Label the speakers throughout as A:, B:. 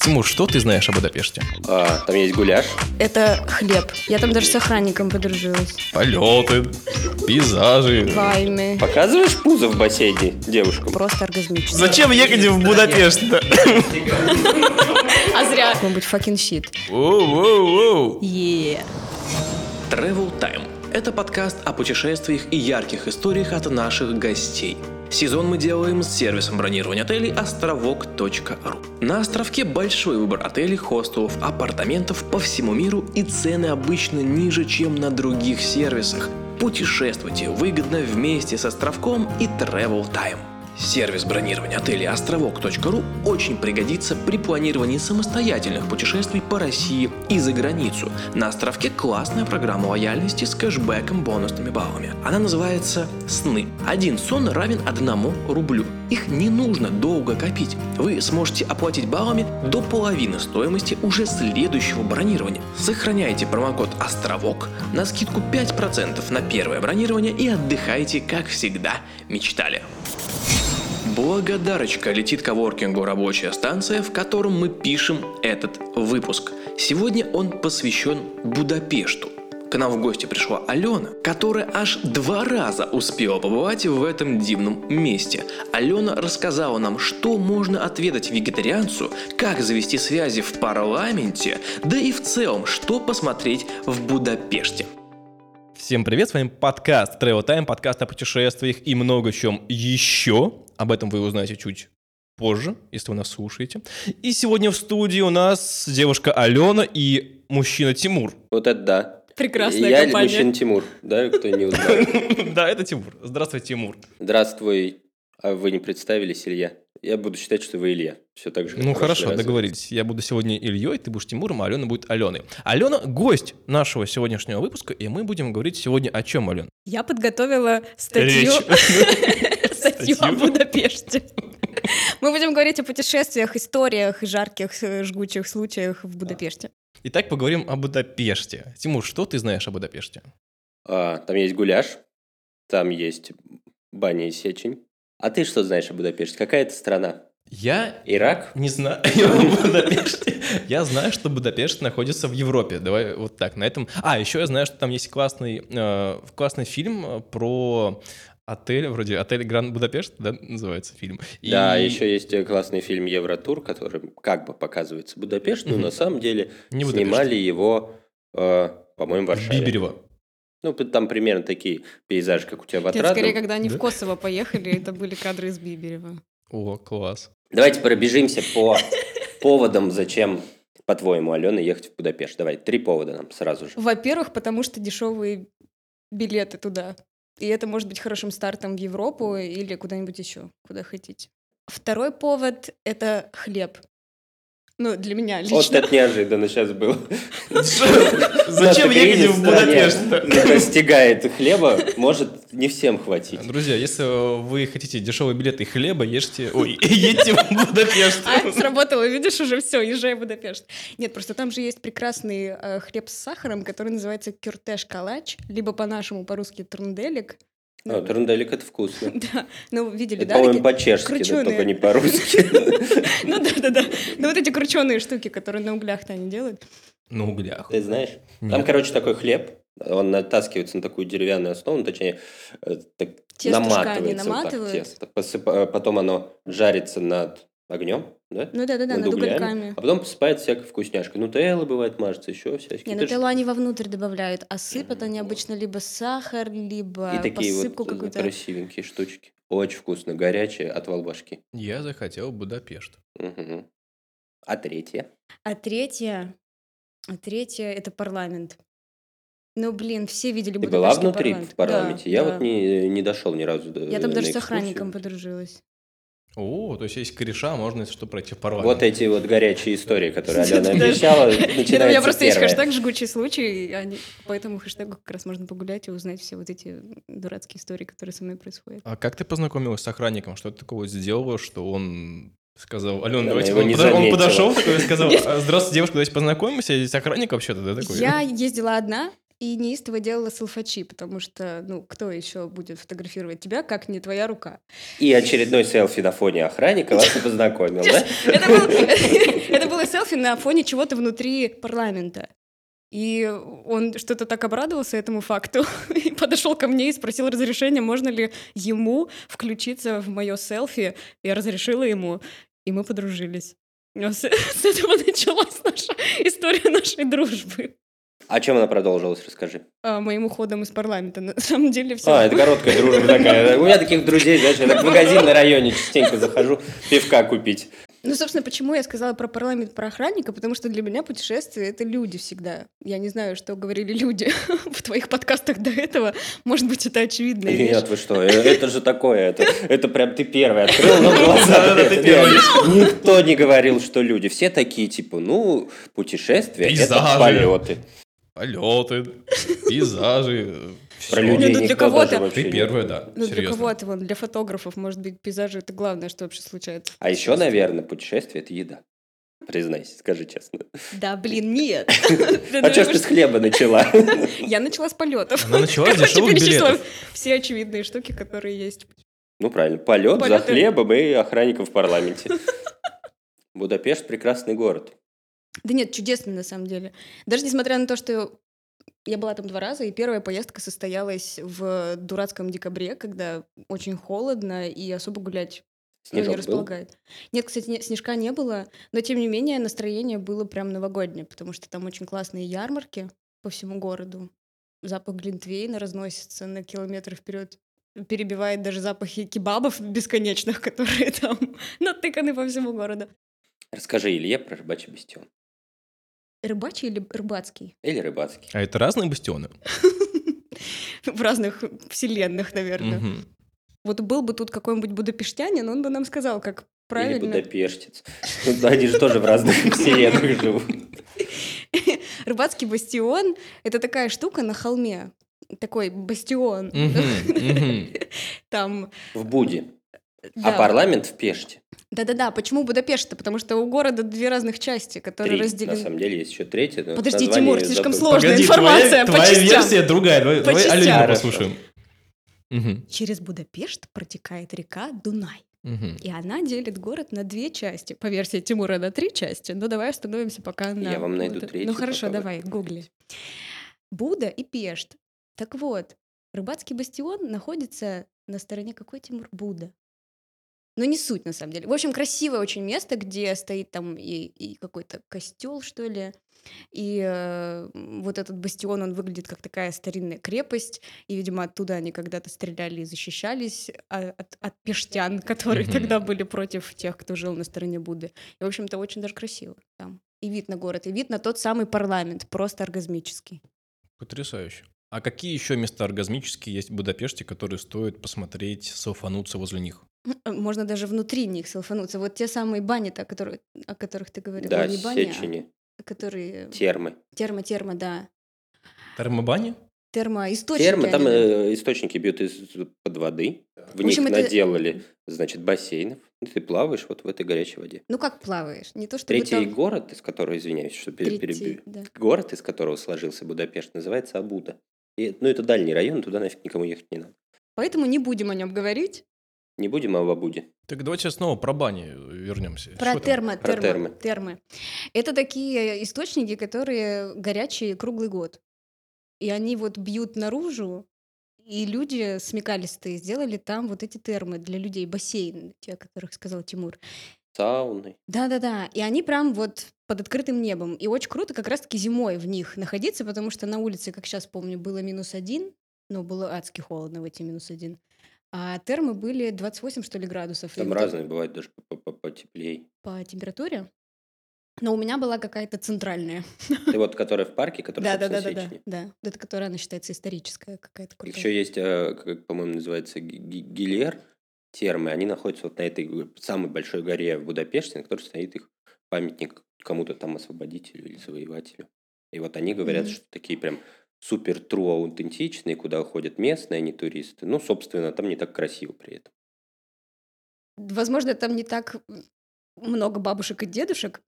A: Тимур, что ты знаешь о Будапеште?
B: А, там есть гуляш.
C: Это хлеб. Я там даже с охранником подружилась.
A: Полеты, пейзажи.
C: Вайны.
B: Показываешь пузо в бассейне девушкам?
C: Просто оргазмично.
D: Зачем ехать в Будапешт-то?
C: А зря. Какой-нибудь fucking щит.
A: Воу-воу-воу.
E: Е.
F: Travel Time – это подкаст о путешествиях и ярких историях от наших гостей. Сезон мы делаем с сервисом бронирования отелей островок.ру. На островке большой выбор отелей, хостелов, апартаментов по всему миру и цены обычно ниже, чем на других сервисах. Путешествуйте выгодно вместе с островком и Travel Time. Сервис бронирования отелей островок.ру очень пригодится при планировании самостоятельных путешествий по России и за границу. На островке классная программа лояльности с кэшбэком бонусными баллами. Она называется «Сны». Один сон равен одному рублю. Их не нужно долго копить. Вы сможете оплатить баллами до половины стоимости уже следующего бронирования. Сохраняйте промокод «Островок» на скидку 5% на первое бронирование и отдыхайте, как всегда, мечтали. Благодарочка летит коворкингу «Рабочая станция», в котором мы пишем этот выпуск. Сегодня он посвящен Будапешту. К нам в гости пришла Алена, которая аж два раза успела побывать в этом дивном месте. Алена рассказала нам, что можно отведать вегетарианцу, как завести связи в парламенте, да и в целом, что посмотреть в Будапеште.
A: Всем привет, с вами подкаст Travel Time, подкаст о путешествиях и много чем еще. Об этом вы узнаете чуть позже, если вы нас слушаете. И сегодня в студии у нас девушка Алена и мужчина Тимур.
B: Вот это да.
C: Прекрасная
B: Я
C: компания.
B: мужчина Тимур, да, кто не узнал.
A: Да, это Тимур. Здравствуй, Тимур.
B: Здравствуй. А вы не представились, Илья? Я буду считать, что вы Илья. Все так же. как
A: Ну
B: в прошлый
A: хорошо,
B: раз.
A: договорились. Я буду сегодня Ильей, ты будешь Тимуром, а Алена будет Аленой. Алена – гость нашего сегодняшнего выпуска, и мы будем говорить сегодня о чем, Ален?
C: Я подготовила статью, статью о
A: Статью.
C: Будапеште. Мы будем говорить о путешествиях, историях и жарких э, жгучих случаях в Будапеште.
A: Итак, поговорим о Будапеште. Тимур, что ты знаешь о Будапеште?
B: А, там есть гуляш, там есть баня и сечень. А ты что знаешь о Будапеште? Какая это страна?
A: Я
B: Ирак?
A: не знаю о Будапеште. Я знаю, что Будапешт находится в Европе. Давай вот так, на этом. А, еще я знаю, что там есть классный, э, классный фильм э, про отель, вроде отель Гранд Будапешт, да, называется фильм. И-
B: Да, еще есть э, классный фильм «Евротур», который как бы показывается Будапешт, но
A: Мгм.
B: на самом деле
A: Не Будапешт.
B: снимали его, э, по-моему, в Варшаве.
A: Биберево.
B: Ну, п- там примерно такие пейзажи, как у тебя в
C: Это скорее,
B: Отрадном.
C: когда они
A: Да.
C: в Косово поехали, это были кадры из Биберева.
A: О, класс.
B: Давайте пробежимся по поводам, зачем, по-твоему, Алена, ехать в Будапешт. Давай, три повода нам сразу же.
C: Во-первых, потому что дешевые билеты туда. И это может быть хорошим стартом в Европу или куда-нибудь еще, куда хотите. Второй повод — это хлеб. Ну, для меня лично.
B: Вот это неожиданно сейчас было.
D: Зачем ехать
B: Нас кризис
D: в
B: стране
D: Будапешт-то?
B: Достигает хлеба, может не всем хватить.
A: Друзья, если вы хотите дешевые билеты и хлеба, ешьте... Ой, едьте в Будапешт.
C: А, сработало, видишь, уже все, езжай в Будапешт. Нет, просто там же есть прекрасный э, хлеб с сахаром, который называется кюртеш-калач, либо по-нашему, по-русски трунделик.
B: Ну, трунделик это вкусно.
C: Да, ну, видели,
B: Это,
C: да?
B: по-моему,
C: такие
B: по-чешски, да,
C: крученые?
B: только не по-русски.
C: Ну, да-да-да. Ну, вот эти крученые штуки, которые на углях-то они делают.
A: На углях.
B: Ты знаешь? Там,
A: Нет.
B: короче, такой хлеб, он натаскивается на такую деревянную основу, ну, точнее, э, так
C: Тестушка они
B: наматывается вот так
C: наматывают.
B: тесто. Посыпа- э, Потом оно жарится над огнем, да?
C: Ну, да-да-да, над угольками.
B: А потом посыпает всякой вкусняшкой. Нутелла бывает, мажется, еще всякие.
C: Не,
B: Ты ж-
C: нутеллу они вовнутрь добавляют, а сыпят они обычно либо сахар, либо
B: И такие
C: а, посыпку
B: вот э,
C: какую-то.
B: красивенькие штучки. Очень вкусно, горячие, отвал башки.
A: Я захотел Будапешт.
B: Мгм. А третье?
C: А третье... А третье — это парламент. Ну, блин, все видели
B: Ты была
C: Будапештский
B: внутри
C: парламент.
B: в парламенте?
C: Да,
B: Я
C: да.
B: вот не, не дошел ни разу до
C: Я там
B: на
C: даже с
B: экскурсию.
C: охранником подружилась.
A: О, то есть есть кореша, можно, если что, пройти в парламент.
B: Вот эти вот горячие истории, которые Алена
C: Да.
B: обещала,
C: Я думаю, у меня
B: начинается
C: просто есть
B: первое.
C: хэштег «Жгучий случай», и они- по этому хэштегу как раз можно погулять и узнать все вот эти дурацкие истории, которые со мной происходят.
A: А как ты познакомилась с охранником? Что ты такого сделала, что он сказал, Алена,
B: Она
A: давайте...
B: его
A: Он,
B: не
A: подо- он
B: заметила.
A: подошел такой и сказал, «А, здравствуйте, девушка, давайте познакомимся, я здесь охранник вообще-то, да, такой?
C: Я ездила одна и неистово делала салфачи, потому что, ну, кто еще будет фотографировать тебя, как не твоя рука?
B: И очередной селфи на фоне охранника вас и познакомил, да?
C: Это был, это было селфи, кофе на фоне чего-то внутри парламента. И он что-то так обрадовался этому факту и подошел ко мне и спросил разрешения, можно ли ему включиться в мое селфи. Я разрешила ему, и мы подружились. У нас С этого началась наша история нашей дружбы.
B: А чем она продолжилась, расскажи.
C: А, Моим уходом из парламента. На самом деле все.
B: А, это короткая дружба такая. У меня таких друзей, знаешь, я так в магазин на районе частенько захожу пивка купить.
C: Ну, собственно, почему я сказала про парламент, про охранника, потому что для меня путешествие — это люди всегда. Я не знаю, что говорили люди в твоих подкастах до этого. Может быть, это очевидная вещь.
B: Нет, вы что, э, это же такое, это, это прям ты первый открыл, но глаза.
D: Да-да-да, ты первый.
B: реально. Никто не говорил, что люди. Все такие, типа, ну, путешествия, это
A: Пейзажи.
B: полеты.
A: Полеты, пейзажи, всё.
B: Про людей
C: Ну, да для
B: никто
C: кого-то.
B: даже вообще
A: Ты
B: не-
A: первая, да,
C: Ну, для
A: серьезно.
C: кого-то, вон, для фотографов, может быть, пейзажи — это главное, что вообще случается.
B: А еще, наверное, путешествие – это еда. Признайся, скажи честно.
C: Ну, Да, блин, нет.
B: А
C: ну
B: что ж ты с хлеба начала?
C: Я начала с полетов.
A: Она начала с
C: Короче,
A: дешевых
C: перечислила
A: билетов.
C: Все очевидные штуки, которые есть.
B: Ну, правильно, полет за
C: Полеты.
B: хлебом и охранником в парламенте. Будапешт – прекрасный город.
C: Да нет, чудесно на самом деле. Даже несмотря на то, что я была там два раза, и первая поездка состоялась в э, дурацком декабре, когда очень холодно и особо гулять ну, не
B: Снежок был?
C: располагает. Нет, кстати, не- снежка не было, но тем не менее настроение было прям новогоднее, потому что там очень классные ярмарки по всему городу. Запах глинтвейна разносится на километры вперед, перебивает даже запахи кебабов бесконечных, которые там натыканы по всему городу.
B: Расскажи Илье про рыбачий бастион.
C: Рыбачий или рыбацкий?
B: Или рыбацкий.
A: А это разные бастионы?
C: в разных вселенных, наверное.
A: Мгм.
C: Вот был бы тут какой-нибудь будапештянин, он бы нам сказал, как
B: Или
C: правильно.
B: будапештец. Ну, Они же тоже в разных вселенных живут.
C: Рыбацкий бастион — это такая штука на холме, такой бастион.
A: Мгм, мгм.
C: Там,
B: В Буде. А
C: да.
B: парламент в Пеште.
C: Да-да-да, почему Будапешт-то? Потому что у города две разных части, которые
B: Три. На
C: разделены.
B: самом деле есть еще третья. но
C: Подожди,
B: название
C: Тимур,
B: я
C: слишком
B: забыл.
C: сложная информация,
A: твоя, твоя
C: по частям.
A: версия другая. Давай,
C: По
A: давай
C: частям.
A: Алину
B: Хорошо.
A: послушаем. Мгм,
C: Через Будапешт протекает река Дунай,
A: мгм.
C: и она делит город на две части. По версии Тимура, на три части, но давай остановимся пока на...
B: Я вам найду
C: Буда-
B: третью,
C: Ну хорошо,
B: пока вы
C: давай, гугли. Буда и Пешт. Так вот, рыбацкий бастион находится на стороне какой Тимур Буда. Но Ну, не суть, на самом деле. В общем, красивое очень место, где стоит там и, и какой-то костел, что ли. И э, вот этот бастион, он выглядит как такая старинная крепость. И, видимо, оттуда они когда-то стреляли и защищались а- от, от пештян, которые
A: Мгм.
C: тогда были против тех, кто жил на стороне Будды. И, в общем-то, очень даже красиво там. И вид на город, и вид на тот самый парламент, просто оргазмический.
A: Потрясающе. А какие еще места оргазмические есть в Будапеште, которые стоит посмотреть, софануться возле них?
C: Э, Можно даже внутри них селфануться. Вот те самые бани-то, о которых, о которых ты говорил.
B: Да,
C: Ой, не бани, а
B: Сечени,
C: которые...
B: термы.
C: Термо-термо, да.
A: Термобани?
C: Термо-источники.
B: Термы, там
C: они, да.
B: э, источники бьют из-под воды. В них
C: общем, это-
B: наделали, значит, бассейнов. И Ты плаваешь вот в этой горячей воде.
C: Ну как плаваешь? Не то, чтобы
B: Третий
C: там...
B: город, из которого, извиняюсь, что пере-
C: Третий,
B: перебью.
C: да.
B: Город, из которого сложился Будапешт, называется Абуда. И, ну, это дальний район, туда нафиг никому ехать не надо.
C: Поэтому не будем о нем говорить.
B: Не будем а в Абуде.
A: Так давайте снова про бани э, вернемся.
C: Про термо,
B: Про
C: термо,
B: термы.
C: термы. Это такие источники, которые горячие круглый год. И они вот бьют наружу, и люди смекалистые сделали там вот эти термы для людей, бассейн, те, о которых сказал Тимур.
B: Сауны.
C: Да-да-да, и они прям вот под открытым небом. И очень круто как раз-таки зимой в них находиться, потому что на улице, как сейчас помню, было минус один, но было адски холодно в эти минус один. А термы были 28, что ли, градусов. И
B: Там
C: вот
B: разные бывают, даже по- по- потеплее.
C: По температуре. Но у меня была какая-то центральная.
B: Ты вот, которая в парке, которая собственно,
C: Да-да-да-да.
B: Сечени.
C: Да, вот эта, которая, она считается историческая какая-то крутая.
B: Еще есть, э, как, по-моему, называется Ги- Ги- Гильер термы. Они находятся вот на этой г- самой большой горе в Будапеште, на которой стоит их памятник кому-то там освободителю или завоевателю. И вот они говорят,
C: Мгм.
B: что такие прям супер тру аутентичные, куда уходят местные, а не туристы. Ну, собственно, там не так красиво при этом.
C: Возможно, там не так много бабушек и дедушек,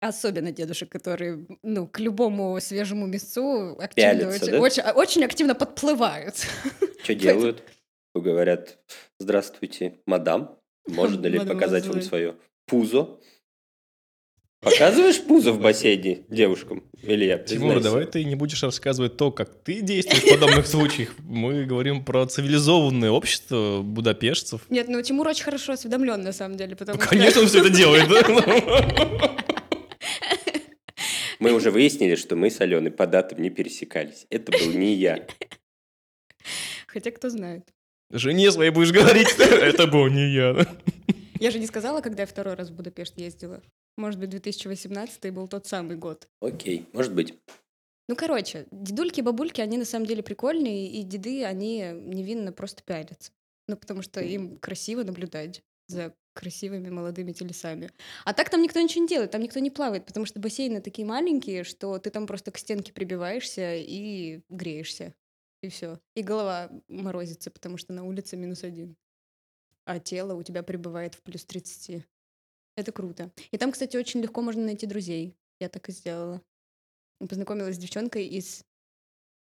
C: особенно дедушек, которые ну, к любому свежему мясу активно,
B: Пялятся,
C: очень,
B: да?
C: очень- а, очень активно подплывают.
B: Что
C: Поэтому-
B: делают? Говорят, здравствуйте, мадам, можно ли
C: Мадам,
B: показать вам
C: здравствуй.
B: свое пузо? Показываешь пузо в бассейне девушкам? Или я?
A: Тимур, давай ты не будешь рассказывать то, как ты действуешь в подобных случаях. Мы говорим про цивилизованное общество будапешцев.
C: Нет, ну Тимур очень хорошо осведомлен, на самом
B: Ну,
C: деле, потому что...
A: Ну, Конечно, он все это делает. да?
B: Мы уже выяснили, что мы с Аленой по датам не пересекались. Это был не я.
C: Хотя кто знает.
A: Жене своей будешь говорить, это был не я.
C: Я же не сказала, когда я второй раз в Будапешт ездила. Может быть, 2018 был тот самый год.
B: Окей, может быть.
C: Ну, короче, дедульки и бабульки, они на самом деле прикольные, и деды, они невинно просто пялятся. Ну, потому что им красиво наблюдать за красивыми молодыми телесами. А так там никто ничего не делает, там никто не плавает, потому что бассейны такие маленькие, что ты там просто к стенке прибиваешься и греешься. И все. И голова морозится, потому что на улице минус один. А тело у тебя прибывает в плюс 30. Это круто. И там, кстати, очень легко можно найти друзей. Я так и сделала. Познакомилась с девчонкой из...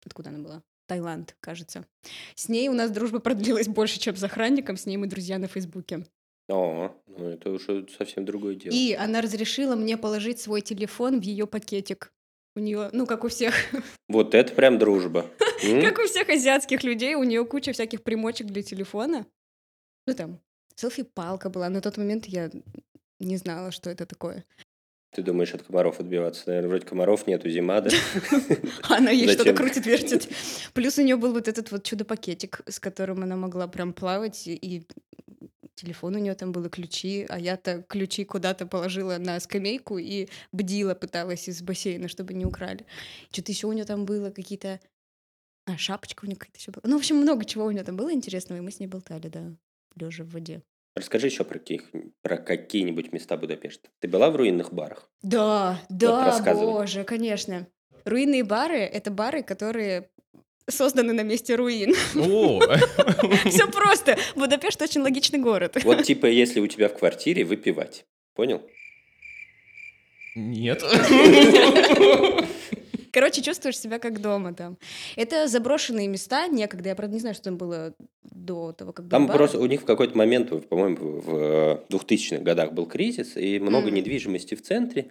C: Откуда она была? Таиланд, кажется. С ней у нас дружба продлилась больше, чем с охранником. С ней мы друзья на Фейсбуке.
B: О, ну это уже совсем другое дело.
C: И она разрешила мне положить свой телефон в ее пакетик. У нее, ну, как у всех,
B: Вот это прям дружба. М?
C: как у всех азиатских людей, у нее куча всяких примочек для телефона. Ну, там, селфи-палка была. На тот момент я не знала, что это такое.
B: Ты думаешь от комаров отбиваться? Наверное, вроде комаров нету, зима, да?
C: Она ей что-то
B: Зачем?
C: крутит, вертит. Плюс у нее был вот этот вот чудо-пакетик, с которым она могла прям плавать, и- и телефон у нее там был, и ключи, а я-то ключи куда-то положила на скамейку и бдила пыталась из бассейна, чтобы не украли. Что-то еще у нее там было, какие-то... А, шапочка у нее какая-то еще была. Ну, в общем, много чего у нее там было интересного, и мы с ней болтали, да, лежа в воде.
B: Расскажи еще про, каких, про какие-нибудь места Будапешта. Ты была в руинных барах?
C: Да, да,
B: рассказывай.
C: боже, конечно. Руинные бары — это бары, которые созданы на месте руин.
A: О,
C: Все просто. Будапешт очень логичный город.
B: Вот типа, если у тебя в квартире выпивать. Понял?
A: нет.
C: Короче, чувствуешь себя как дома там. Это заброшенные места некогда. Я, правда, не знаю, что там было до того, как был
B: Там
C: бар.
B: просто у них в какой-то момент, по-моему, в э, 2000-х годах был кризис, и много
C: Мгм.
B: недвижимости в центре,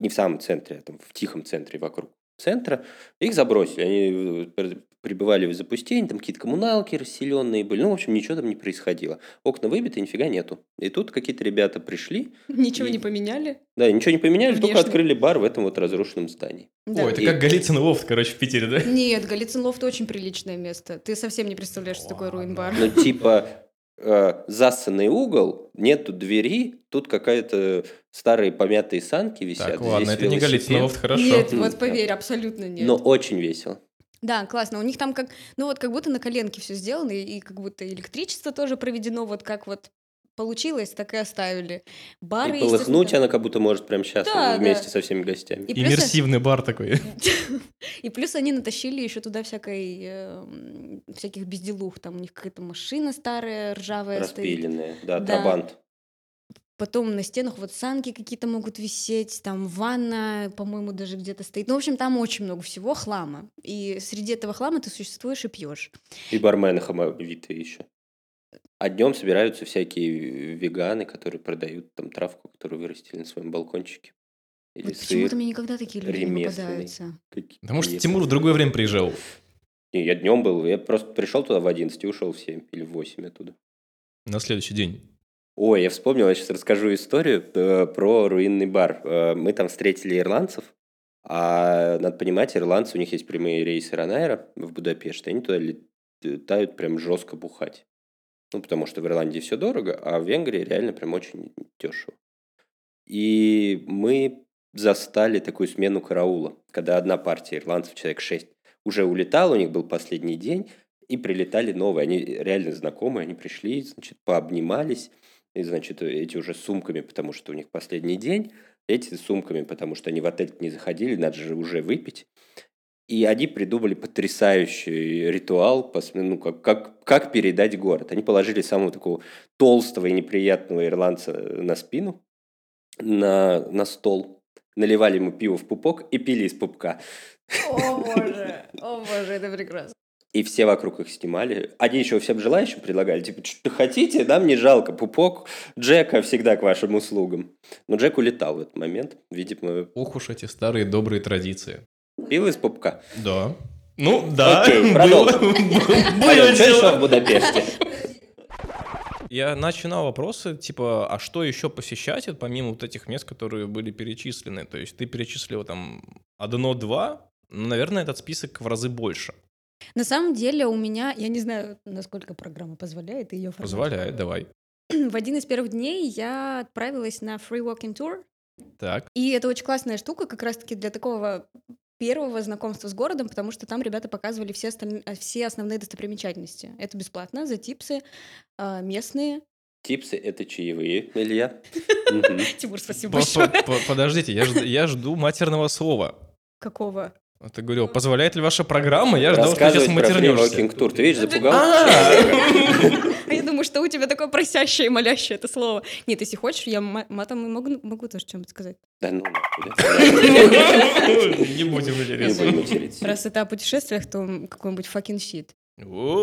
B: не в самом центре, а там в тихом центре вокруг центра, их забросили. Они э, пр- пребывали в запустении, там какие-то коммуналки расселенные были. Ну, в общем, ничего там не происходило. Окна выбиты, нифига нету. И тут какие-то ребята пришли,
C: Ничего
B: и-
C: не поменяли.
B: да, ничего не поменяли, только
C: Внешне.
B: открыли бар в этом вот разрушенном здании.
C: Да.
A: О, это как Голицын Лофт, короче, в Питере, да?
C: Нет, Голицын лофт очень приличное место. Ты совсем не представляешь, что такое руин-бар.
B: Ну, типа, э, засанный угол, нету двери, тут какая-то старые помятые санки висят.
A: Так, ладно,
B: здесь
A: это не
B: велосипед.
A: Голицын Лофт, хорошо.
C: Нет,
B: М,
C: вот
B: да.
C: поверь, абсолютно нет.
B: Но очень весело.
C: Да, классно. У них там как, ну вот как будто на коленке все сделано, и, и как будто электричество тоже проведено, вот как вот получилось, так и оставили. Бары,
B: и полыхнуть
C: естественно,
B: она как будто может прямо сейчас
C: Да,
B: вместе
C: да.
B: со всеми гостями.
C: и плюс-
A: Иммерсивный бар такой.
C: И плюс они натащили еще туда всякой, э, м, всяких безделух. Там у них какая-то машина старая, ржавая стоит.
B: Распиленные, да,
C: Да.
B: трабант.
C: Потом на стенах вот санки какие-то могут висеть, там ванна, по-моему, даже где-то стоит. Ну, в общем, там очень много всего хлама. И среди этого хлама ты существуешь и пьешь.
B: И бармены хамовитые еще. А днем собираются всякие веганы, которые продают там травку, которую вырастили на своем балкончике. Или
C: Вот
B: сыр.
C: почему-то мне никогда такие люди не
B: ремесленный.
C: попадаются.
B: какие-то
A: Потому что
B: есть.
A: Тимур в другое время приезжал.
B: Не, я днем был, я просто пришел туда в 11 и ушел в 7 или в 8 оттуда.
A: На следующий день.
B: Ой, я вспомнил, я сейчас расскажу историю э, про руинный бар. Э, мы там встретили ирландцев, а надо понимать, ирландцы, у них есть прямые рейсы Ранайра в Будапешт, и они туда летают прям жестко бухать. Ну, потому что в Ирландии все дорого, а в Венгрии реально прям очень дешево. И мы застали такую смену караула, когда одна партия ирландцев, человек 6, уже улетала, у них был последний день, и прилетали новые. Они реально знакомые, они пришли, значит, пообнимались, и, значит, эти уже с сумками, потому что у них последний день, эти с сумками, потому что они в отель не заходили, надо же уже выпить. И они придумали потрясающий ритуал, пос- ну, как, как, как передать город. Они положили самого такого толстого и неприятного ирландца на спину, на, на стол, наливали ему пиво в пупок и пили из пупка.
C: О боже, о боже, это прекрасно.
B: И все вокруг их снимали. Они еще всем желающим предлагали, типа, что хотите, нам не жалко, пупок Джека всегда к вашим услугам. Но Джек улетал в этот момент, видимо,
A: Ох уж эти старые добрые традиции.
B: пил из пупка.
A: Да. Ну, да.
B: Окей,
A: было-
B: продолжим.
A: Было
B: Алён, что
A: дело.
B: еще в Будапеште?
A: Я начинал вопросы, типа, а что еще посещать, вот помимо вот этих мест, которые были перечислены? То есть ты перечислил там одно-два, ну, наверное, этот список в разы больше.
C: На самом деле у меня, я не знаю, насколько программа позволяет ее
A: Позволяет, давай.
C: В один из первых дней я отправилась на free walking tour,
A: Так,
C: и это очень классная штука как раз-таки для такого первого знакомства с городом, потому что там ребята показывали все, осталь- э, все основные достопримечательности. Это бесплатно, за типсы, а, местные.
B: Типсы — это чаевые, Илья. Мгм.
C: Тимур, спасибо
A: по-
C: большое.
A: по- по- подождите, я жду, я жду матерного слова.
C: Какого?
A: Вот Ты говорил, позволяет ли ваша программа? Я ждал, что А!
B: Рассказывать
A: сейчас
B: про фривокинг
A: матернешься.
B: тур. Ты видишь, запугал?
C: А я думаю, что у тебя такое просящее и молящее это слово. Нет, если хочешь, я ма- матом и могу, могу тоже что-нибудь сказать.
B: Да ну, нахуй,
A: Не будем
B: да. не будем
A: интересно.
B: материться.
C: Раз это о путешествиях, то м, какой-нибудь fucking shit.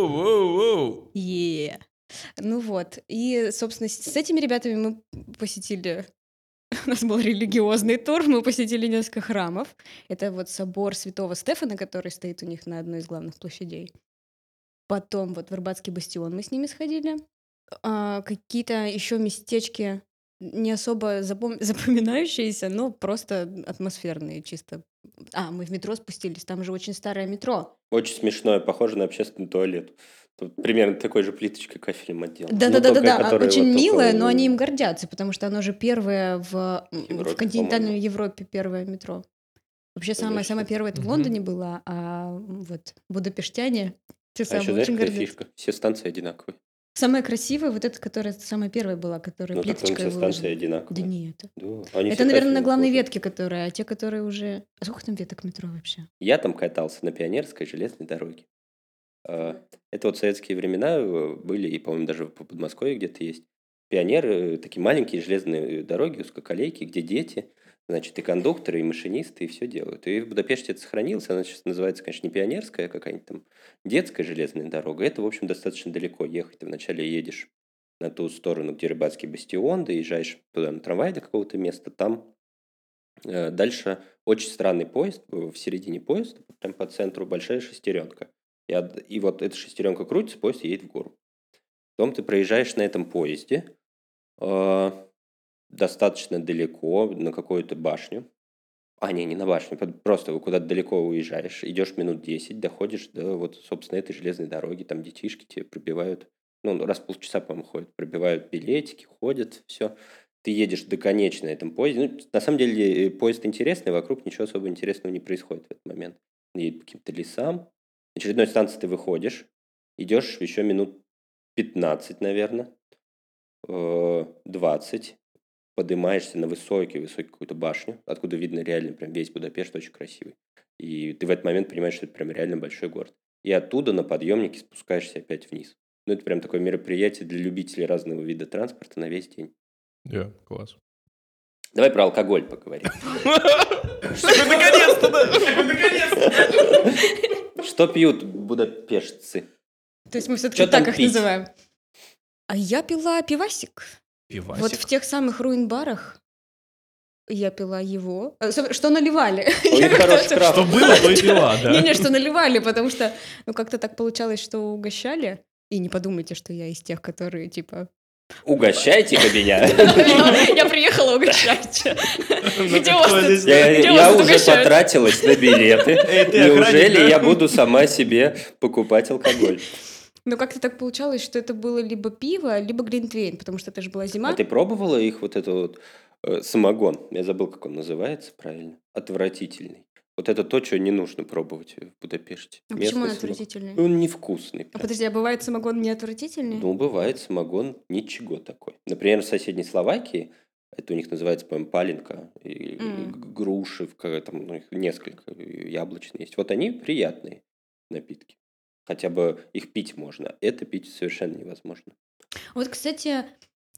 A: Воу-воу-воу.
C: Е. Ну вот. И, собственно, с с этими ребятами мы посетили... У нас был религиозный тур, мы посетили несколько храмов. Это вот собор святого Стефана, который стоит у них на одной из главных площадей. Потом вот в Ирбатский бастион мы с ними сходили. А, какие-то еще местечки не особо запом- запоминающиеся, но просто атмосферные чисто. А, мы в метро спустились, там же очень старое метро.
B: Очень смешное, похоже на общественный туалет. Тут примерно такой же плиточкой кафелем отдел. Ну,
C: Да-да-да-да, а очень милое, но
B: А
C: они им гордятся, потому что оно же первое в, м, в
B: Европе,
C: континентальной
B: по-моему.
C: Европе первое метро. Вообще
B: Конечно.
C: самое самое первое это в
A: Мгм.
C: Лондоне было, а вот будапештяне
B: А
C: те
B: еще
C: самые
B: знаешь,
C: очень
B: какая
C: гордятся.
B: фишка? Все станции одинаковые.
C: Самая красивая вот эта, которая самая первая была, которая
B: Ну так там
C: плиточкой
B: все
C: выложена.
B: станции
C: Да
B: одинаковые.
C: не это.
B: Да, они
C: Это,
B: все
C: наверное, на
B: кафелем
C: главной
B: выложены.
C: ветке, которая, а те, которые уже... А сколько там веток метро вообще?
B: Я там катался на Пионерской железной дороге. Э, Это вот советские времена э, были, и, по-моему, даже в Подмосковье где-то есть. Пионеры, э, такие маленькие железные э, дороги, узкоколейки, где дети, значит, и кондукторы, и машинисты, и все делают. И в Будапеште это сохранилось, она сейчас называется, конечно, не пионерская, а какая-нибудь там детская железная дорога. Это, в общем, достаточно далеко ехать. Ты вначале едешь на ту сторону, где рыбацкий бастион, доезжаешь туда на трамвай до какого-то места, там Э, Дальше очень странный поезд, э, в середине поезда, прям по центру большая шестеренка. И, од- и вот эта шестеренка крутится, поезд едет в гору. Потом ты проезжаешь на этом поезде э, достаточно далеко, на какую-то башню. А, не, не на башню, под- просто куда-то далеко уезжаешь, идешь минут 10, доходишь до вот, собственно, этой железной дороги, там детишки тебе пробивают, ну, раз в полчаса, по-моему, ходят, пробивают билетики, ходят, все ты едешь до конечной на этом поезде. Ну, на самом деле э, поезд интересный, вокруг ничего особо интересного не происходит в этот момент. Он едет по каким-то лесам. На очередной станции ты выходишь, идешь еще минут 15, наверное, э, 20, поднимаешься на высокий, высокий какую-то башню, откуда видно реально прям весь Будапешт, очень красивый. И ты в этот момент понимаешь, что это прям реально большой город. И оттуда на подъемнике спускаешься опять вниз. Ну, это прям такое мероприятие для любителей разного вида транспорта на весь день.
A: Да, класс.
B: Давай про алкоголь поговорим.
A: Наконец-то,
B: Что пьют будапештцы?
C: То есть мы все-таки
B: Чё там
C: так их
B: пить?
C: называем. А я пила пивасик. Вот в тех самых руин-барах я пила его. Э, соб- Что наливали?
B: У них хороший крафт.
A: Что было, то и пила, да.
C: Не-не, что наливали, потому что, ну, как-то так получалось, что угощали. И не подумайте, что я из тех, которые, типа...
B: Угощайте-ка меня.
C: Я приехала угощать. Где у вас
D: кто
C: тут-
D: здесь?
B: Я,
C: где у
B: я
C: вас тут
B: уже
C: угощают?
B: потратилась на билеты.
D: Эй, ты охранник,
B: Неужели
D: да?
B: я буду сама себе покупать алкоголь?
C: Ну, как-то так получалось, что это было либо пиво, либо глинтвейн, потому что это же была
B: А
C: зима.
B: ты пробовала их вот этот вот э, самогон? Я забыл, как он называется правильно. Отвратительный. Вот это то, что не нужно пробовать в Будапеште.
C: А
B: Местный Ну,
C: Почему он
B: самогон.
C: отвратительный?
B: Он невкусный.
C: А
B: прям.
C: подожди, а бывает самогон не отвратительный?
B: Ну, бывает самогон ничего такой. Например, в соседней Словакии, это у них называется, по-моему, паленка, и
C: Мгм.
B: г- груши, в ка- там у них несколько, и яблочные есть. Вот они приятные напитки. Хотя бы их пить можно. Это пить совершенно невозможно.
C: Вот, кстати,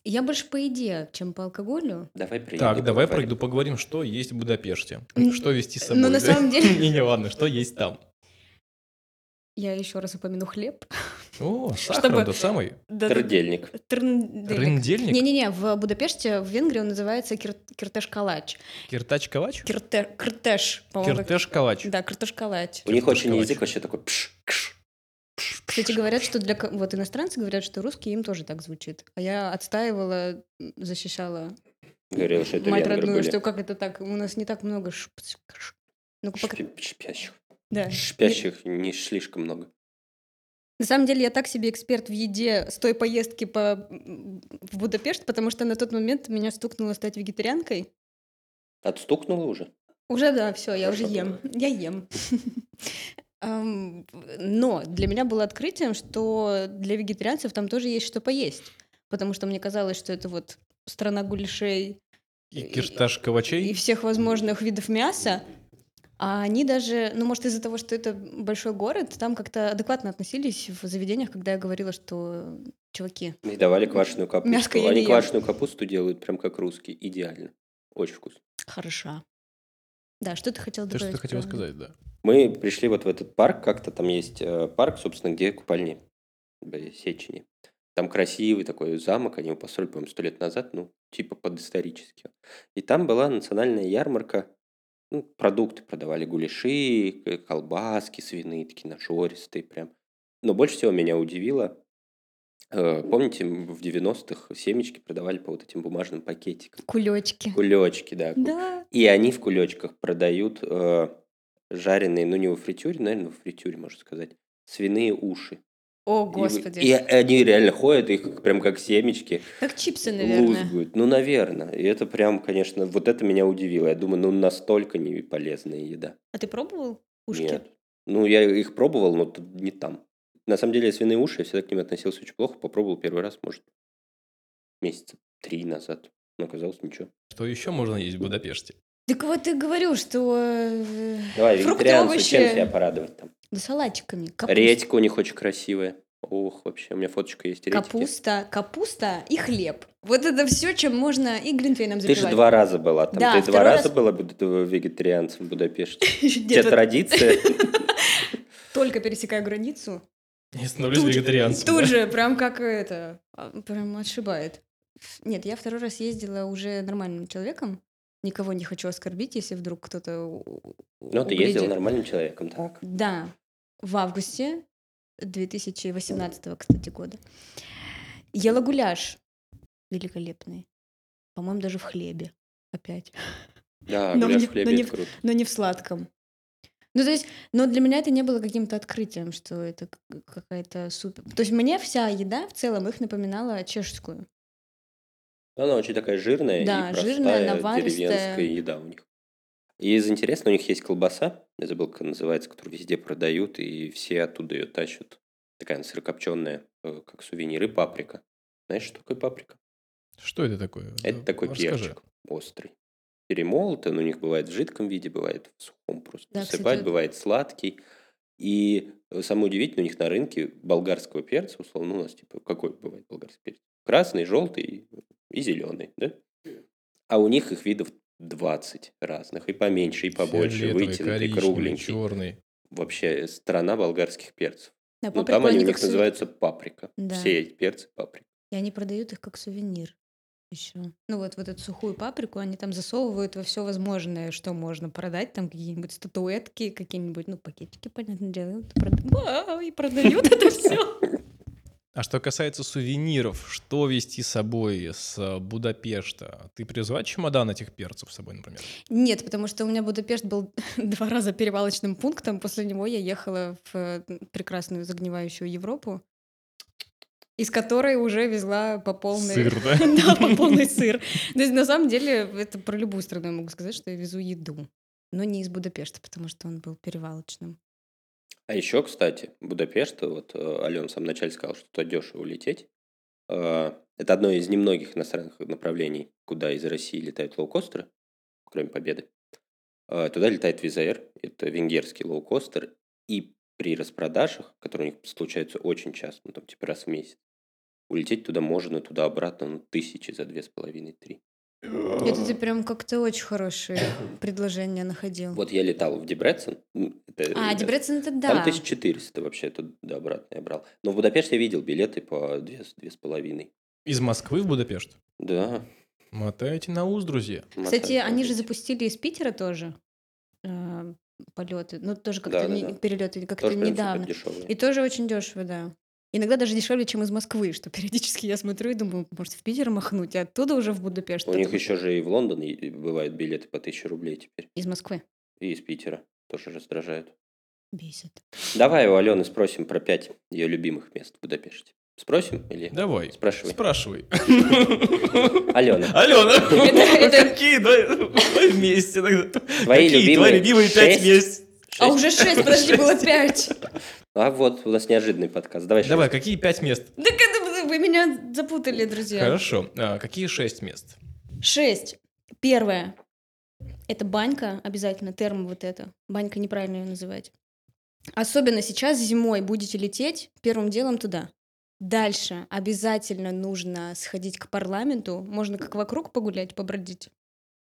C: я больше по еде, чем по алкоголю.
B: Давай приеду.
A: Так, давай
B: поговорим.
A: пройду поговорим, что есть в Будапеште.
C: М,
A: Что вести с собой.
C: Но ну, на
A: да?
C: самом деле...
A: Не-не, ладно, что есть там.
C: Я еще раз упомяну хлеб.
A: О,
C: Чтобы-
A: сахар тот самый.
C: Да,
B: Трудельник.
C: Трындельник.
A: Рындельник?
C: Не-не-не, в Будапеште, в Венгрии он называется кир- киртеш-калач.
A: Киртач-калач?
C: Кирте- Киртеш, по-моему. как-
A: Киртеш-калач.
C: Да, киртеш-калач.
B: У них очень
A: Кирпич.
B: язык вообще такой пш, кш.
C: Кстати, говорят, что для... ко- Вот иностранцы говорят, что русский им тоже так звучит. А я отстаивала, м, защищала
B: Говорил, что это
C: мать
B: венгры
C: родную,
B: были.
C: что как это так? У нас не так много ш... ш- ш- Ну, пока...
B: Шпи- Шпящих.
C: Да.
B: Шпящих не слишком много.
C: На самом деле я так себе эксперт в еде с той поездки по... м, в Будапешт, потому что на тот момент меня стукнуло стать вегетарианкой.
B: Отстукнуло уже?
C: Уже да, все, я уже
B: Хорошо.
C: ем. Я ем. Ам, Но для меня было открытием, что для вегетарианцев там тоже есть что поесть. Потому что мне казалось, что это вот страна гуляшей
A: И
C: и
A: кирташ-калачей?
C: всех возможных видов мяса. А они даже, ну, может, из-за того, что это большой город, там как-то адекватно относились в заведениях, когда я говорила, что чуваки,
B: И давали квашеную
C: Мяско
B: капусту.
C: я не
B: Они
C: ем.
B: квашеную капусту делают прям как русские. Идеально. Очень вкусно.
C: хороша. Да, что ты хотел
A: Ты
C: добавить?
A: что-то хотела
C: правильно?
A: сказать, да.
B: Мы пришли вот в этот парк, как-то там есть э, парк, собственно, где купальни в Сечине. Там красивый такой замок, они его построили, по-моему, сто лет назад, ну, типа подисторически. И там была национальная ярмарка, ну, продукты продавали, гуляши, к- колбаски свиные, такие нажористые прям. Но больше всего меня удивило, э, помните, м, в 90-х семечки продавали по вот этим бумажным пакетикам?
C: Кулечки.
B: Кулечки, да,
C: Да.
B: и они в кулечках продают э, жареные, ну не во фритюре, наверное, во фритюре, можно сказать, свиные уши.
C: О,
B: И-
C: господи.
B: И, они реально ходят, их прям как семечки
C: Как чипсы, наверное.
B: лузгают. Ну, наверное. И это прям, конечно, вот это меня удивило. Я думаю, ну настолько не полезная еда.
C: А ты пробовал ушки?
B: Нет. Ну, я их пробовал, но т- не там. На самом деле, свиные уши, я всегда к ним относился очень плохо. Попробовал первый раз, может, месяца три назад. Но оказалось ничего.
A: Что еще можно есть в Будапеште?
C: Так вот и говорю, что э, ну,
B: Давай,
C: Фрукты,
B: вегетарианцу, чем
C: овощи.
B: себя порадовать там?
C: да салатиками. Капуста,
B: Редька у них очень красивая. Ох, вообще, у меня фоточка есть редьки.
C: капуста, капуста и хлеб. Вот это все, чем можно и глинтвейном
B: Ты
C: запивать.
B: же два раза была там.
C: Да,
B: Ты два
C: второй
B: раза
C: раз-
B: была буд- э, вегетарианцем в Будапеште. У тебя
C: Нет, вот
B: традиция.
C: только пересекаю границу,
A: Не становлюсь
C: Тут-
A: вегетарианцем.
C: Тут
A: да?
C: же, прям как это, а, прям отшибает. Нет, я второй раз ездила уже нормальным человеком. Никого не хочу оскорбить, если вдруг кто-то... у- у-
B: Ну, ты
C: углядит.
B: ездил нормальным человеком, так?
C: Да, в августе 2018, кстати, года. Ела гуляш великолепный. По-моему, даже в хлебе опять.
B: Да,
C: Но
B: гуляш
C: мне-
B: в
C: но не
B: хлебе, это
C: в-
B: круто.
C: Но не в сладком. Ну, то есть, но для меня это не было каким-то открытием, что это к- какая-то супер... То есть мне вся еда в целом их напоминала чешскую.
B: Ну, Она очень такая жирная и
C: Да,
B: простая
C: жирная, наваристая.
B: деревенская еда у них. И из интересного, у них есть колбаса, я забыл, как она называется, которую везде продают, и все оттуда ее тащат. Такая она сырокопченая, э, как сувенир, и паприка. Знаешь, что такое паприка?
A: Что это такое? Ну,
B: Это такой
A: Расскажи.
B: перчик острый. Перемолотый, он у них бывает в жидком виде, бывает в сухом просто
C: Да, кстати,
B: посыпают,
C: вот-
B: бывает сладкий. И э, самое удивительное, у них на рынке болгарского перца, условно, у нас типа какой бывает болгарский перец? Красный, желтый и зеленый, да? А у них их видов 20 разных, и поменьше, и побольше,
A: Фиолетовый,
B: вытянутый,
A: коричневый,
B: кругленький.
A: черный. Вообще.
B: Вообще э, страна болгарских перцев.
C: Да,
B: Ну,
C: паприку
B: там они у
C: как
B: них
C: суве-
B: называются паприка.
C: Да.
B: Все эти перцы паприка.
C: И они продают их как сувенир еще. Ну вот, вот эту сухую паприку они там засовывают во все возможное, что можно продать. Там какие-нибудь статуэтки, какие-нибудь, ну, пакетики, понятное дело. вот прод- Вау, И продают это все.
A: А что касается сувениров, что везти с собой с э, Будапешта? Ты привезла чемодан этих перцев с собой, например?
C: Нет, потому что у меня Будапешт был два раза перевалочным пунктом. После него я ехала в э, прекрасную загнивающую Европу, из которой уже везла по полной...
A: Сыр, да?
C: Да, по полный сыр. То есть, на самом деле, это про любую страну я могу сказать, что я везу еду. Но не из Будапешта, потому что он был перевалочным.
B: А еще, кстати, Будапешт, вот э, Алена в самом начале сказала, что туда дешево лететь. Э, Это одно из немногих иностранных направлений, куда из России летают лоукостеры, кроме Победы. Э, Туда летает Визаэр, это венгерский лоукостер, и при распродажах, которые у них случаются очень часто, ну там типа раз в месяц, улететь туда можно, туда-обратно, ну тысячи за две с половиной, три.
C: Это ты прям как-то очень хорошие предложения находил.
B: Вот я летал в Дебрецен. м, это-
C: А,
B: это-
C: Дебрецен это
B: Там
C: да.
B: 1400 вообще, это до обратно я брал. Но в Будапеште я видел билеты по две с две с половиной.
A: Из Москвы в Будапешт.
B: Да.
A: Мотайте на уз, друзья.
C: Кстати,
B: мотать
C: они же
B: надо.
C: запустили из Питера тоже э, полеты. Ну, тоже как-то
B: Да-да-да.
C: не- перелеты как-то
B: Тоже прям
C: недавно.
B: супер
C: И тоже очень дешево, да. Иногда даже дешевле, чем из Москвы, что периодически я смотрю и думаю, может, в Питер махнуть, а оттуда уже в Будапешт.
B: У них еще же и в Лондон и- бывают билеты по 1000 рублей теперь.
C: Из Москвы.
B: И из Питера тоже раздражают.
C: Бесит.
B: Давай у Алены спросим про пять ее любимых мест в Будапеште. Спросим или
A: Давай.
B: спрашивай?
A: Спрашивай.
B: Алена,
A: Алена,
C: это-
A: какие? Давай давай вместе тогда.
B: твои
A: Какие
B: любимые,
A: твои любимые пять
B: шесть?
A: мест?
C: А
B: Шесть?
C: уже шесть, подожди, было пять.
B: А вот у нас неожиданный подкаст. Давай,
A: Давай,
B: шесть.
A: какие пять мест?
C: Так это вы меня запутали, друзья.
A: Хорошо. А, Какие шесть мест?
C: Шесть. Первое. Это банька, обязательно, термо вот это. Банька неправильно ее называть. Особенно сейчас зимой будете лететь, первым делом туда. Дальше обязательно нужно сходить к парламенту. Можно как вокруг погулять, побродить.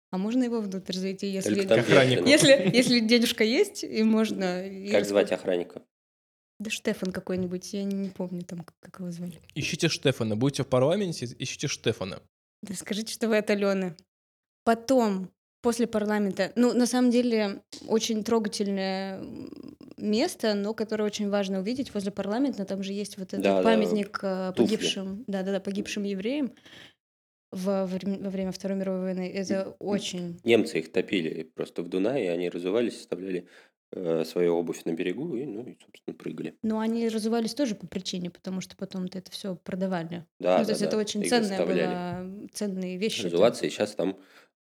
C: А можно его внутрь зайти, если...
B: Только там
A: К охраннику.
B: девушка.
C: Если, если денежка есть, и можно... и
B: Как
C: расход-
B: звать охранника?
C: Да Штефан какой-нибудь, я не помню там, как- как его звали.
A: Ищите Штефана. Будете в парламенте, ищите Штефана.
C: Да скажите, что вы от Алены. Потом, после парламента, ну, на самом деле, очень трогательное м, место, но которое очень важно увидеть возле парламента. Там же есть вот этот
B: Да, да,
C: памятник э,
B: туфли.
C: погибшим, да-да-да, погибшим евреям во, врем- во время Второй мировой войны. Это очень...
B: Немцы их топили просто в Дунае, и они разувались, оставляли э, свою обувь на берегу и, ну, и, собственно, прыгали.
C: Но они разувались тоже по причине, потому что потом-то это все продавали.
B: Да,
C: ну, то
B: да,
C: есть это
B: да,
C: очень
B: их
C: ценная
B: заставляли
C: была, ценные вещи.
B: Разуваться, и сейчас там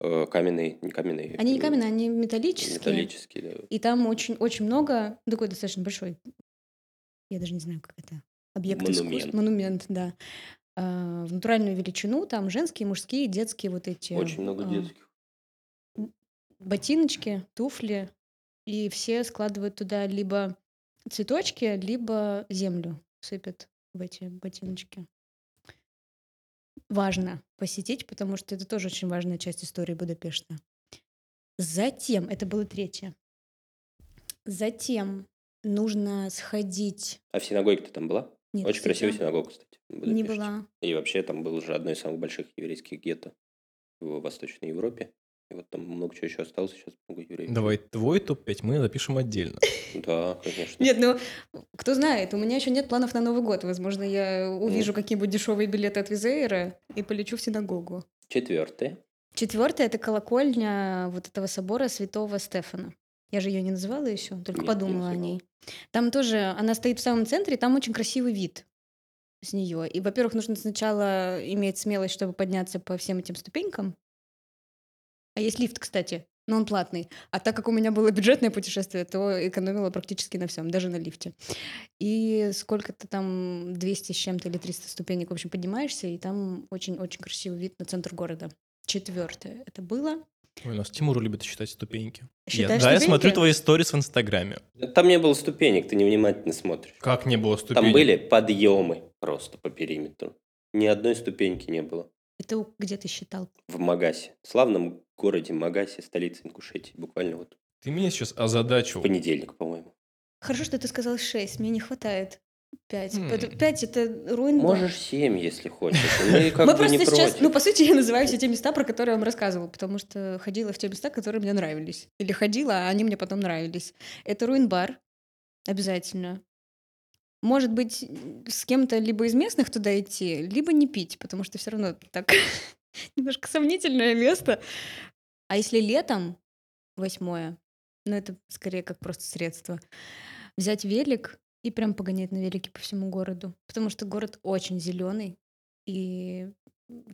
B: э, каменные, не каменные.
C: Они не
B: э,
C: каменные, они металлические.
B: Металлические, да.
C: И там очень, очень много, ну, такой достаточно большой, я даже не знаю, как это, объект
B: Монумент.
C: искусств, монумент, да, А, в натуральную величину, там женские, мужские, детские вот эти
B: Очень много
C: а,
B: детских.
C: ботиночки, туфли, и все складывают туда либо цветочки, либо землю сыпят в эти ботиночки. Важно посетить, потому что это тоже очень важная часть истории Будапешта. Затем, это было третье, затем нужно сходить...
B: А в синагоге ты там была?
C: Нет,
B: Очень красивая
C: кстати,
B: синагога, кстати. в
C: Не
B: Будапеште.
C: была.
B: И вообще там было же одно из самых больших еврейских гетто в Восточной Европе. И вот там много чего еще осталось, сейчас много евреев.
A: Давай твой топ-5 мы запишем отдельно.
B: Да, конечно.
C: Нет, ну, кто знает, у меня еще нет планов на Новый год. Возможно, я увижу какие-нибудь дешевые билеты от Визейра и полечу в синагогу.
B: Четвертое.
C: Четвертое это колокольня э, вот этого собора Святого Стефана. Я же ее не называла еще, только
B: Нет, не
C: подумала о
B: называла.
C: ней. Там тоже, она стоит в самом центре, и там очень красивый вид с нее. И, во-первых, нужно сначала иметь смелость, чтобы подняться по всем этим ступенькам. А есть лифт, кстати, но он платный. А так как у меня было бюджетное путешествие, то экономила практически на всем, даже на лифте. И сколько-то там 200 с чем-то или 300 ступенек, в общем, поднимаешься, и там очень-очень красивый вид на центр города. Четвертое это было.
A: Ой, у нас Тимур любит считать ступеньки. Я-
C: Считаешь
A: да, я
C: ступеньки?
A: смотрю твои сторис в Инстаграме.
B: Там не было ступенек, ты невнимательно смотришь.
A: Как не было ступенек?
B: Там были подъемы просто по периметру. Ни одной ступеньки не было.
C: Это у- где ты считал?
B: В Магасе, славном городе Магасе, столице Ингушетии, буквально вот
A: Ты меня сейчас
B: в
A: озадачил.
B: понедельник, по-моему.
C: Хорошо, что ты сказал шесть, мне не хватает пять.
A: Хм.
C: Это- Пять это руин. была.
B: Можешь семь, если хочешь. Мы как
C: Мы
B: бы
C: просто
B: не
C: сейчас, ну,
B: против.
C: по сути, я называю все те места, про которые я вам рассказывала, потому что ходила в те места, которые мне нравились. Или ходила, а они мне потом нравились. Это руин-бар, обязательно. Может быть, с кем-то либо из местных туда идти, либо не пить, потому что все равно так немножко сомнительное место. А если летом, восьмое, ну это скорее как просто средство, взять велик и прям погонять на велике по всему городу, потому что город очень зеленый, и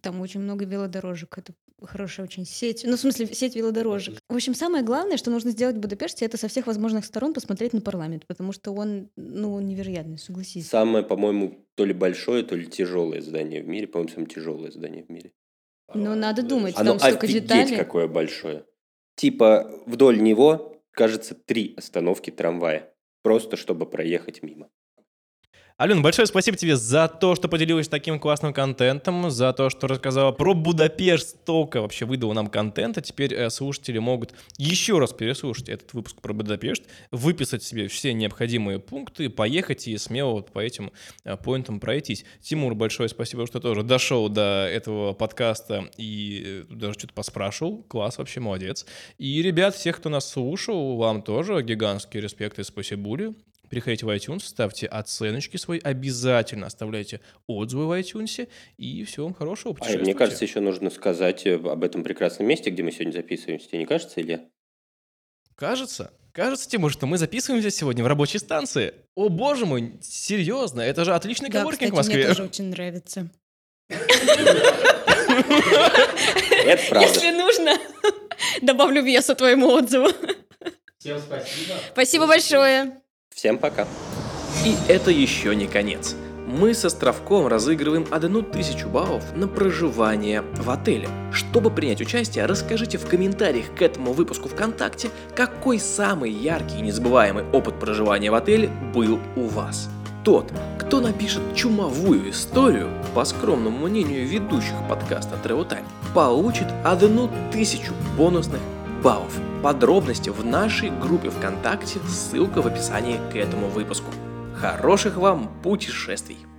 C: там очень много велодорожек. Это хорошая очень сеть. Ну, в смысле, сеть велодорожек. В общем, самое главное, что нужно сделать в Будапеште, это со всех возможных сторон посмотреть на парламент, потому что он, ну, он невероятный, согласись.
B: Самое, по-моему, то ли большое, то ли тяжелое здание в мире. По-моему, самое тяжелое здание в мире.
C: Но надо думать,
B: Оно
C: там столько
B: офигеть
C: деталей.
B: какое большое. Типа вдоль него, кажется, три остановки трамвая. Просто чтобы проехать мимо.
A: Алена, большое спасибо тебе за то, что поделилась таким классным контентом, за то, что рассказала про Будапешт, столько вообще выдала нам контента. Теперь э, слушатели могут еще раз переслушать этот выпуск про Будапешт, выписать себе все необходимые пункты, поехать и смело вот по этим э, поинтам пройтись. Тимур, большое спасибо, что тоже дошел до этого подкаста и э, даже что-то поспрашивал. Класс, вообще молодец. И, ребят, всех, кто нас слушал, вам тоже гигантские респекты и спасибули. Переходите в iTunes, ставьте оценочки свои, обязательно оставляйте отзывы в iTunes, и всего вам хорошего,
B: А, и мне кажется, еще нужно сказать э, об этом прекрасном месте, где мы сегодня записываемся. Тебе не кажется, Илья?
A: Кажется, кажется, Тимур, что мы записываемся сегодня в рабочей станции. О боже мой, серьезно, это же отличный
E: Да,
A: коворкинг
E: кстати,
A: в Москве.
E: мне тоже очень нравится.
B: Это правда.
C: Если нужно, добавлю веса твоему отзыву.
D: Всем спасибо.
C: Спасибо большое.
B: Всем пока.
F: И это еще не конец. Мы с Островком разыгрываем одну тысячу баллов на проживание в отеле. Чтобы принять участие, расскажите в комментариях к этому выпуску ВКонтакте, какой самый яркий и незабываемый опыт проживания в отеле был у вас. Тот, кто напишет чумовую историю, по скромному мнению ведущих подкаста Travel Time, получит одну тысячу бонусных баллов. Подробности в нашей группе ВКонтакте, ссылка в описании к этому выпуску. Хороших вам путешествий!